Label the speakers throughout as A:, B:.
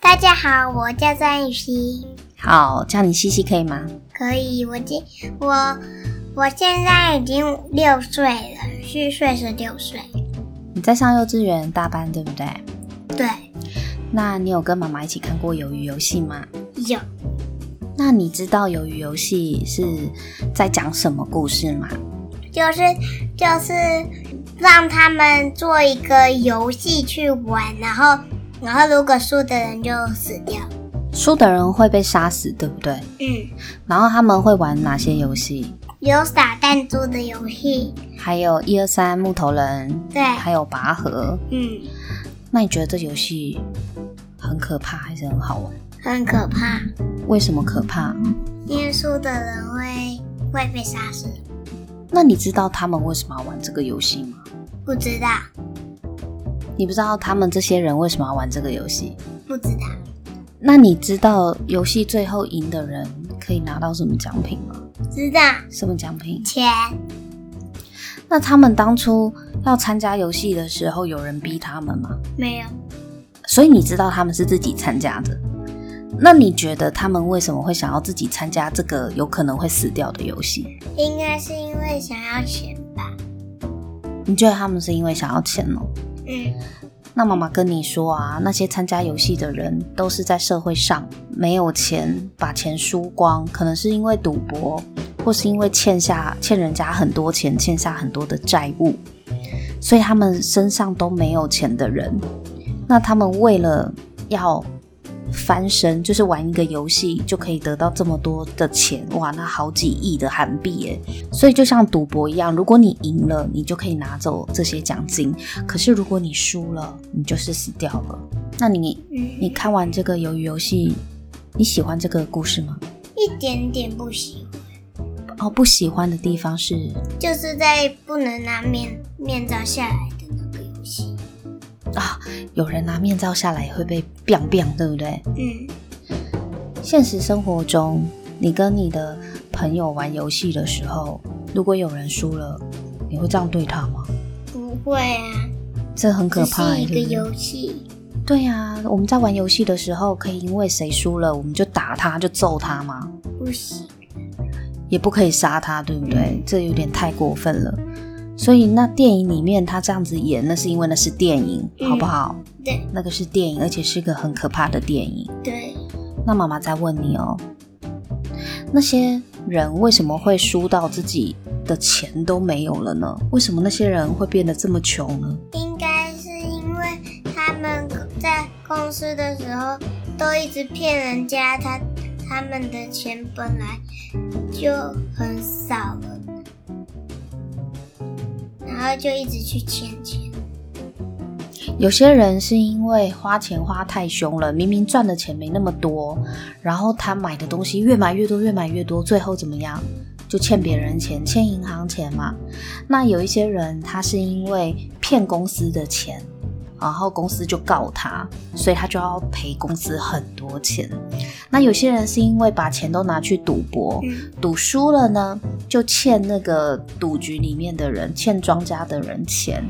A: 大家好，我叫张雨熙。
B: 好，叫你西西可以吗？
A: 可以，我今我我现在已经六岁了，虚岁是六岁。
B: 你在上幼稚园大班，对不对？
A: 对，
B: 那你有跟妈妈一起看过《鱿鱼游戏》吗？
A: 有
B: 那你知道《鱿鱼游戏》是在讲什么故事吗？
A: 就是就是让他们做一个游戏去玩，然后然后如果输的人就死掉。
B: 输的人会被杀死，对不对？
A: 嗯，
B: 然后他们会玩哪些游戏？
A: 有撒弹珠的游戏。
B: 还有一二三木头人，
A: 对，
B: 还有拔河。
A: 嗯，
B: 那你觉得这游戏很可怕还是很好玩？
A: 很可怕，
B: 为什么可怕？
A: 因为输的人会会被杀死。
B: 那你知道他们为什么要玩这个游戏吗？
A: 不知道，
B: 你不知道他们这些人为什么要玩这个游戏？
A: 不知道，
B: 那你知道游戏最后赢的人可以拿到什么奖品吗？
A: 知道
B: 什么奖品？
A: 钱
B: 那他们当初要参加游戏的时候，有人逼他们吗？
A: 没有。
B: 所以你知道他们是自己参加的。那你觉得他们为什么会想要自己参加这个有可能会死掉的游戏？
A: 应该是因为想要钱吧。
B: 你觉得他们是因为想要钱哦？
A: 嗯，
B: 那妈妈跟你说啊，那些参加游戏的人都是在社会上没有钱，把钱输光，可能是因为赌博，或是因为欠下欠人家很多钱，欠下很多的债务，所以他们身上都没有钱的人。那他们为了要翻身，就是玩一个游戏就可以得到这么多的钱，哇，那好几亿的韩币耶！所以就像赌博一样，如果你赢了，你就可以拿走这些奖金。可是如果你输了，你就是死掉了。那
A: 嗯
B: 你你看完这个鱿鱼游戏，你喜欢这个故事吗？
A: 一点点不喜欢，
B: 哦，不喜欢的地方是
A: 就是在不能拿面面罩下来的那个游戏。
B: 有人拿面罩下来也会被 biang biang，对不对？
A: 嗯，
B: 现实生活中，你跟你的朋友玩游戏的时候，如果有人输了，你会这样对他吗？
A: 不会啊，
B: 这很可
A: 只
B: 怕、
A: 是
B: 欸，
A: 一个
B: 对不对
A: 游戏。
B: 对呀、我们在玩游戏的时候，可以因为谁输了，我们就打他，就揍他吗？
A: 不行，
B: 也不可以杀他，对不对？这有点太过分了。所以那电影里面他这样子演，那是因为那是电影，
A: 嗯
B: 好不好？
A: 对
B: 那个是电影，而且是个很可怕的电影。
A: 对，
B: 那妈妈再问你哦，那些人为什么会输到自己的钱都没有了呢？为什么那些人会变得这么穷呢？
A: 应该是因为他们在公司的时候都一直骗人家他，他们的钱本来就很少了，然后就一直去欠钱。
B: 有些人是因为花钱花太凶了，明明赚的钱没那么多，然后他买的东西越买越多，越买越多，最后怎么样？就欠别人钱，欠银行钱嘛。那有一些人，他是因为骗公司的钱，然后公司就告他，所以他就要赔公司很多钱。那有些人是因为把钱都拿去赌博，
A: 嗯
B: 赌输了呢，就欠那个赌局里面的人，欠庄家的人钱。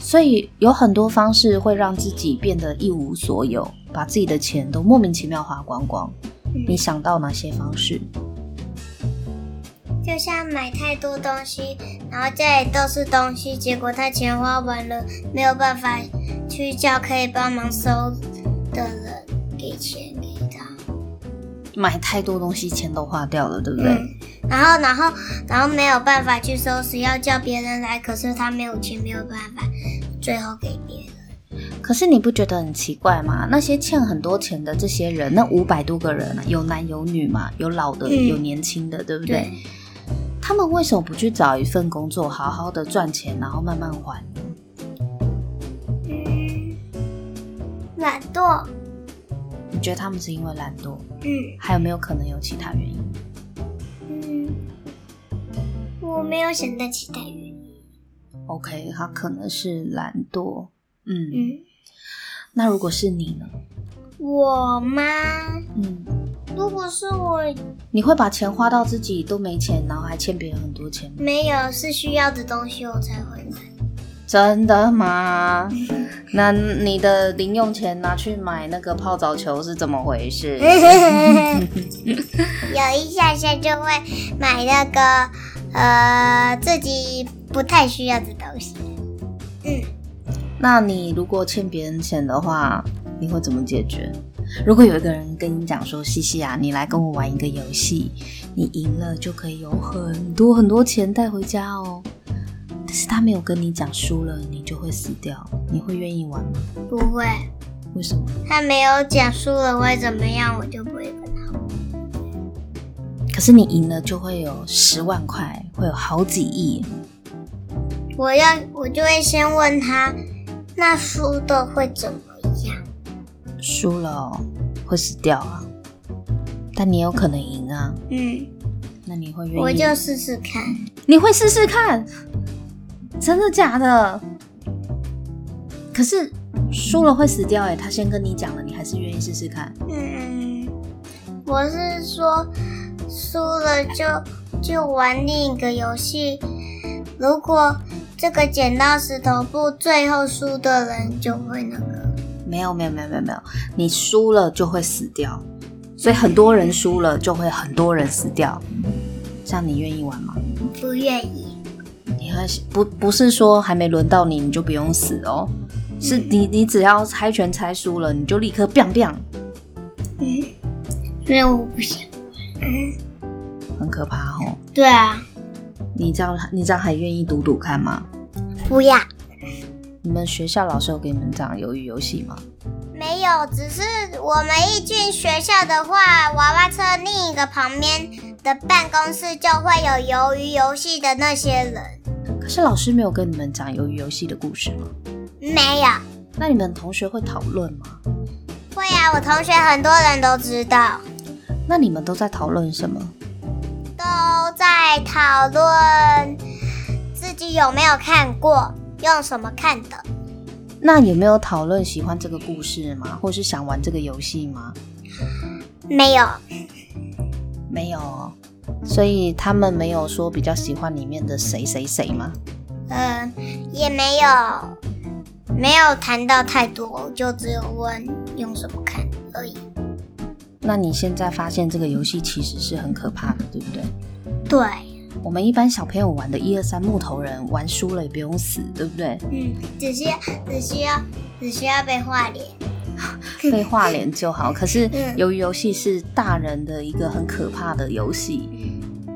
B: 所以有很多方式会让自己变得一无所有，把自己的钱都莫名其妙花光光。你
A: 嗯，
B: 想到哪些方式？
A: 就像买太多东西，然后家里都是东西，结果他钱花完了，没有办法去叫可以帮忙收的人给钱给他。
B: 买太多东西，钱都花掉了，对不对？
A: 嗯，然后然后然后没有办法去收拾，要叫别人来，可是他没有钱，没有办法，最后给别人。
B: 可是你不觉得很奇怪吗？那些欠很多钱的这些人，那五百多个人啊，有男有女嘛，有老的，
A: 嗯
B: 有年轻的，对不对？
A: 对，
B: 他们为什么不去找一份工作，好好的赚钱，然后慢慢还？
A: 嗯，懒惰，
B: 你觉得他们是因为懒惰，
A: 嗯
B: 还有没有可能有其他原因？
A: 嗯，我没有想到其他原因。
B: OK，他可能是懒惰。嗯，
A: 嗯，
B: 那如果是你呢？
A: 我吗？
B: 嗯，
A: 如果是我
B: 你会把钱花到自己都没钱，然后还欠别人很多钱吗？
A: 没有是需要的东西，我才会买。
B: 真的吗？那你的零用钱拿去买那个泡澡球是怎么回事？
A: 有一下下就会买那个呃自己不太需要的东西。嗯，
B: 那你如果欠别人钱的话，你会怎么解决？如果有一个人跟你讲说：“西西啊，你来跟我玩一个游戏，你赢了就可以有很多很多钱带回家哦。”但是他没有跟你讲输了你就会死掉，你会愿意玩吗？
A: 不会。
B: 为什么？
A: 他没有讲输了会怎么样，我就不会跟。
B: 可是你赢了就会有十万块，会有好几亿。
A: 我要我就会先问他，那输的会怎么样？
B: 输了哦、会死掉啊，但你有可能赢啊。
A: 嗯，
B: 那你会愿意？
A: 我就试试看。
B: 你会试试看，真的假的？可是输了会死掉哎、他先跟你讲了，你还是愿意试试看？
A: 嗯，我是说输了就就玩另一个游戏。如果这个剪刀石头布最后输的人就会那个，
B: 没有没有没有没有没有，你输了就会死掉，所以很多人输了就会很多人死掉。像你愿意玩吗？
A: 不愿意。
B: 你会不不是说还没轮到你你就不用死哦，是你你只要猜拳猜输了你就立刻 biang biang，
A: 嗯，所以我不想。嗯，
B: 很可怕哦。
A: 对啊，
B: 你这样你这样还愿意赌赌看吗？
A: 不要。
B: 你们学校老师有给你们讲鱿鱼游戏吗？
A: 没有，只是我们一进学校的话，娃娃车另一个旁边的办公室就会有鱿鱼游戏的那些人。
B: 可是老师没有跟你们讲鱿鱼游戏的故事吗？
A: 没有。
B: 那你们同学会讨论吗？
A: 会啊，我同学很多人都知道，
B: 那你们都在讨论什么？
A: 都在讨论自己有没有看过，用什么看的。
B: 那有没有讨论喜欢这个故事吗？或是想玩这个游戏吗？
A: 没有，
B: 没有哦，所以他们没有说比较喜欢里面的谁谁谁吗？
A: 嗯、也没有，没有谈到太多，就只有问用什么看而已。
B: 那你现在发现这个游戏其实是很可怕的，对不对？
A: 对，
B: 我们一般小朋友玩的一二三木头人，玩输了也不用死，对不对？
A: 嗯，只需要只需要只需要被画脸。
B: 被画脸就好。可是
A: 嗯
B: 由于游戏是大人的一个很可怕的游戏，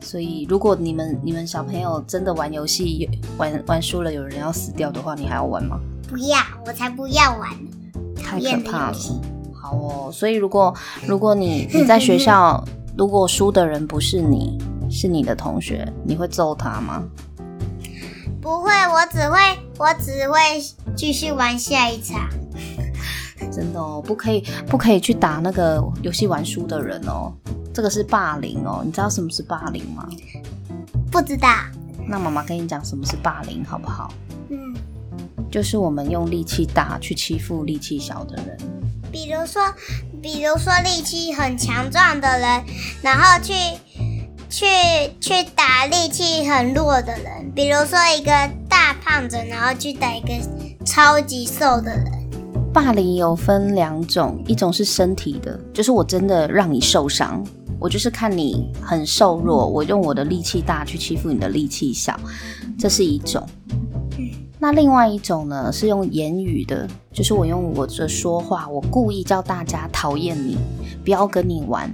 B: 所以如果你们你们小朋友真的玩游戏玩玩输了，有人要死掉的话，你还要玩吗？
A: 不要，我才不要玩呢，
B: 太
A: 讨
B: 可
A: 厌的
B: 怕
A: 游
B: 了。
A: 戏。
B: 好哦，所以如果如果你你在学校，如果输的人不是你，是你的同学，你会揍他吗？
A: 不会，我只会我只会继续玩下一场。
B: 真的哦，不可以不可以去打那个游戏玩输的人哦，这个是霸凌哦。你知道什么是霸凌吗？
A: 不知道，
B: 那妈妈跟你讲什么是霸凌，好不好？
A: 嗯。
B: 就是我们用力气大去欺负力气小的人。
A: 比如说，比如说力气很强壮的人，然后去去去打力气很弱的人，比如说一个大胖子，然后去打一个超级瘦的人。
B: 霸凌有分两种，一种是身体的，就是我真的让你受伤，我就是看你很瘦弱，我用我的力气大去欺负你的力气小，这是一种。那另外一种呢，是用言语的，就是我用我的说话，我故意叫大家讨厌你，不要跟你玩，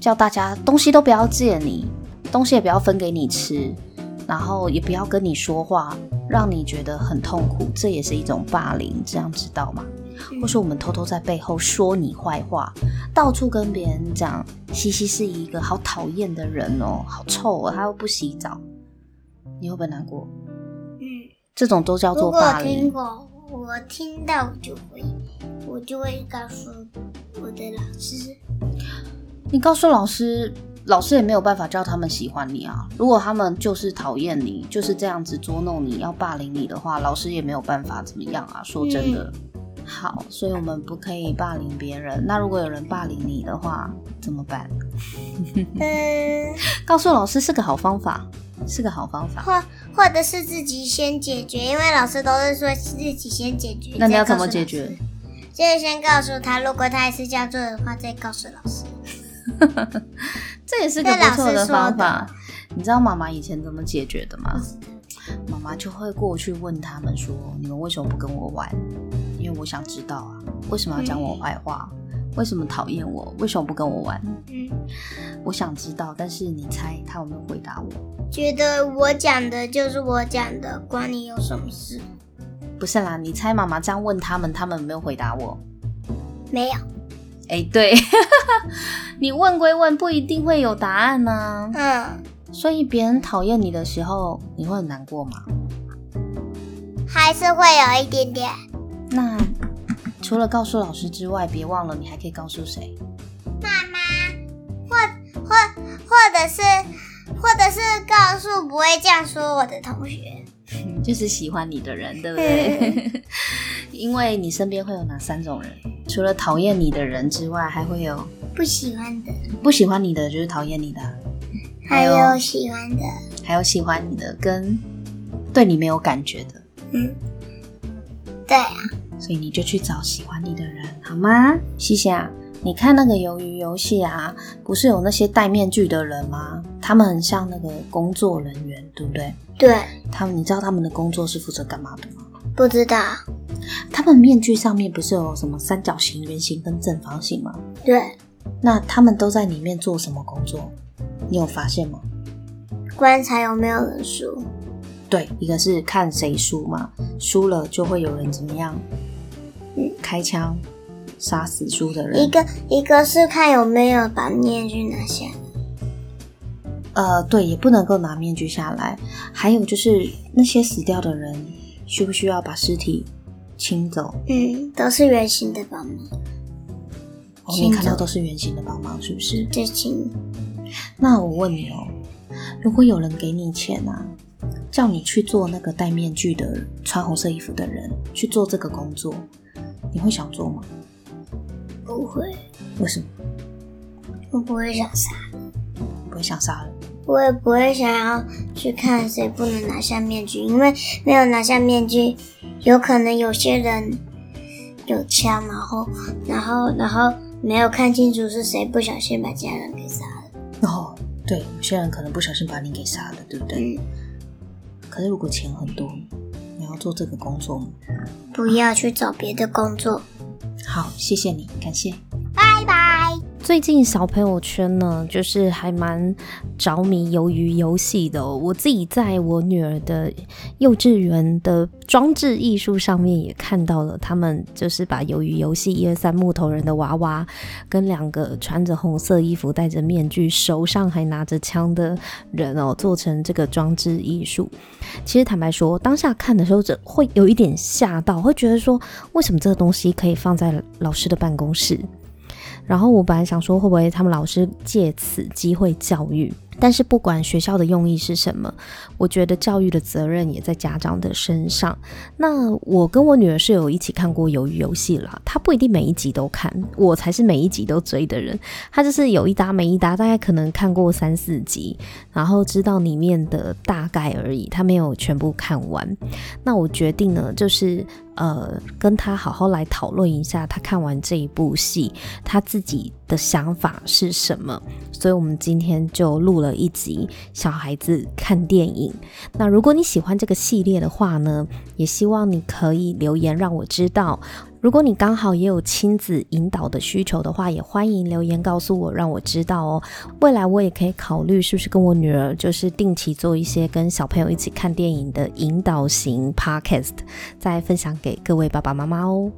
B: 叫大家东西都不要借你，东西也不要分给你吃，然后也不要跟你说话，让你觉得很痛苦，这也是一种霸凌，这样知道吗？
A: 嗯
B: 或是我们偷偷在背后说你坏话，到处跟别人讲西西是一个好讨厌的人哦，好臭哦，他又不洗澡，你会不会难过？
A: 嗯，
B: 这种都叫
A: 如
B: 做
A: 果我
B: 霸
A: 听
B: 凌。
A: 过，我听到我就会，我就会告诉我的老师。
B: 你告诉老师，老师也没有办法叫他们喜欢你啊。如果他们就是讨厌你，就是这样子捉弄你，要霸凌你的话，老师也没有办法怎么样
A: 嗯
B: 啊。说真的，好，所以我们不可以霸凌别人。那如果有人霸凌你的话，怎么办？
A: 嗯，
B: 告诉老师是个好方法。是个好方法。
A: 或或者是自己先解决，因为老师都是说自己先解决。
B: 那你要
A: 再
B: 怎
A: 告诉
B: 么解
A: 老师
B: 决？？
A: 就是先告诉他，如果他还是这样做的话，再告诉老师。
B: 这也是个
A: 对老
B: 不
A: 师
B: 错的
A: 说
B: 方
A: 的
B: 法。你知道妈妈以前怎么解决的吗？妈妈就会过去问他们说：“你们为什么不跟我玩？因为我想知道啊，为什么要讲我坏话？为什么讨厌我？为什么不跟我玩？
A: 嗯，
B: 我想知道。”但是你猜他有没有回答我？
A: 觉得我讲的就是我讲的，关你有什么事？
B: 不是啦，你猜妈妈这样问他们，他们有没有回答我？
A: 没有。
B: 哎，对， 你问归问，不一定会有答案呢、
A: 嗯，
B: 所以别人讨厌你的时候，你会很难过吗？
A: 还是会有一点点。
B: 那除了告诉老师之外，别忘了你还可以告诉谁？
A: 妈妈，或或或者是，或者是告诉不会这样说我的同学。
B: 就是喜欢你的人，对不对？ 因为你身边会有哪三种人？除了讨厌你的人之外，还会有
A: 不喜欢的，
B: 不喜欢你的，就是讨厌你的啊，
A: 还
B: 还有
A: 有喜欢的，
B: 还有喜欢你的跟对你没有感觉的。
A: 嗯，对啊，
B: 所以你就去找喜欢你的人，好吗？西西啊，你看那个鱿鱼游戏啊，不是有那些戴面具的人吗？他们很像那个工作人员，对不对？
A: 对，
B: 他们，你知道他们的工作是负责干嘛的吗？
A: 不知道，
B: 他们面具上面不是有什么三角形、圆形跟正方形吗？
A: 对，
B: 那他们都在里面做什么工作？你有发现吗？
A: 观察有没有人输，
B: 对，一个是看谁输嘛，输了就会有人怎么样，开枪杀死输的人。
A: 一个一个是看有没有把面具拿下，
B: 呃，对，也不能够拿面具下来。还有就是那些死掉的人，需不需要把尸体清走？
A: 嗯，都是圆形的帮忙，
B: 我们哦看
A: 清
B: 到
A: 走
B: 都是圆形的帮忙，是不是？
A: 最近
B: 那我问你哦，如果有人给你钱啊，叫你去做那个戴面具的、穿红色衣服的人去做这个工作，你会想做吗？
A: 不会，
B: 为什么？
A: 我不会想杀，
B: 不会想杀人？
A: 我也不会想要去看谁不能拿下面具，因为没有拿下面具，有可能有些人有枪，然后然后然后没有看清楚是谁不小心把家人给杀了，
B: 哦，对，有些人可能不小心把你给杀了，对不
A: 嗯，
B: 对？可是如果钱很多，你要做这个工作吗？
A: 不要去找别的工作，
B: 好，谢谢你，感谢。
A: 拜拜。
C: 最近小朋友圈呢，就是还蛮着迷鱿鱼游戏的哦、我自己在我女儿的幼稚园的装置艺术上面也看到了，他们就是把鱿鱼游戏一二三木头人的娃娃，跟两个穿着红色衣服、戴着面具、手上还拿着枪的人哦，做成这个装置艺术。其实坦白说，当下看的时候，这会有一点吓到，会觉得说，为什么这个东西可以放在老师的办公室？然后我本来想说，会不会他们老师借此机会教育？但是不管学校的用意是什么，我觉得教育的责任也在家长的身上。那我跟我女儿是有一起看过《鱿鱼游戏》啦，她不一定每一集都看，我才是每一集都追的人。她就是有一搭没一搭，大概可能看过三四集，然后知道里面的大概而已，她没有全部看完。那我决定呢，就是呃，跟她好好来讨论一下，她看完这一部戏，他自己的想法是什么。所以我们今天就录了一集小孩子看电影。那如果你喜欢这个系列的话呢，也希望你可以留言让我知道。如果你刚好也有亲子引导的需求的话，也欢迎留言告诉我，让我知道哦。未来我也可以考虑是不是跟我女儿，就是定期做一些跟小朋友一起看电影的引导型 podcast，再分享给各位爸爸妈妈哦。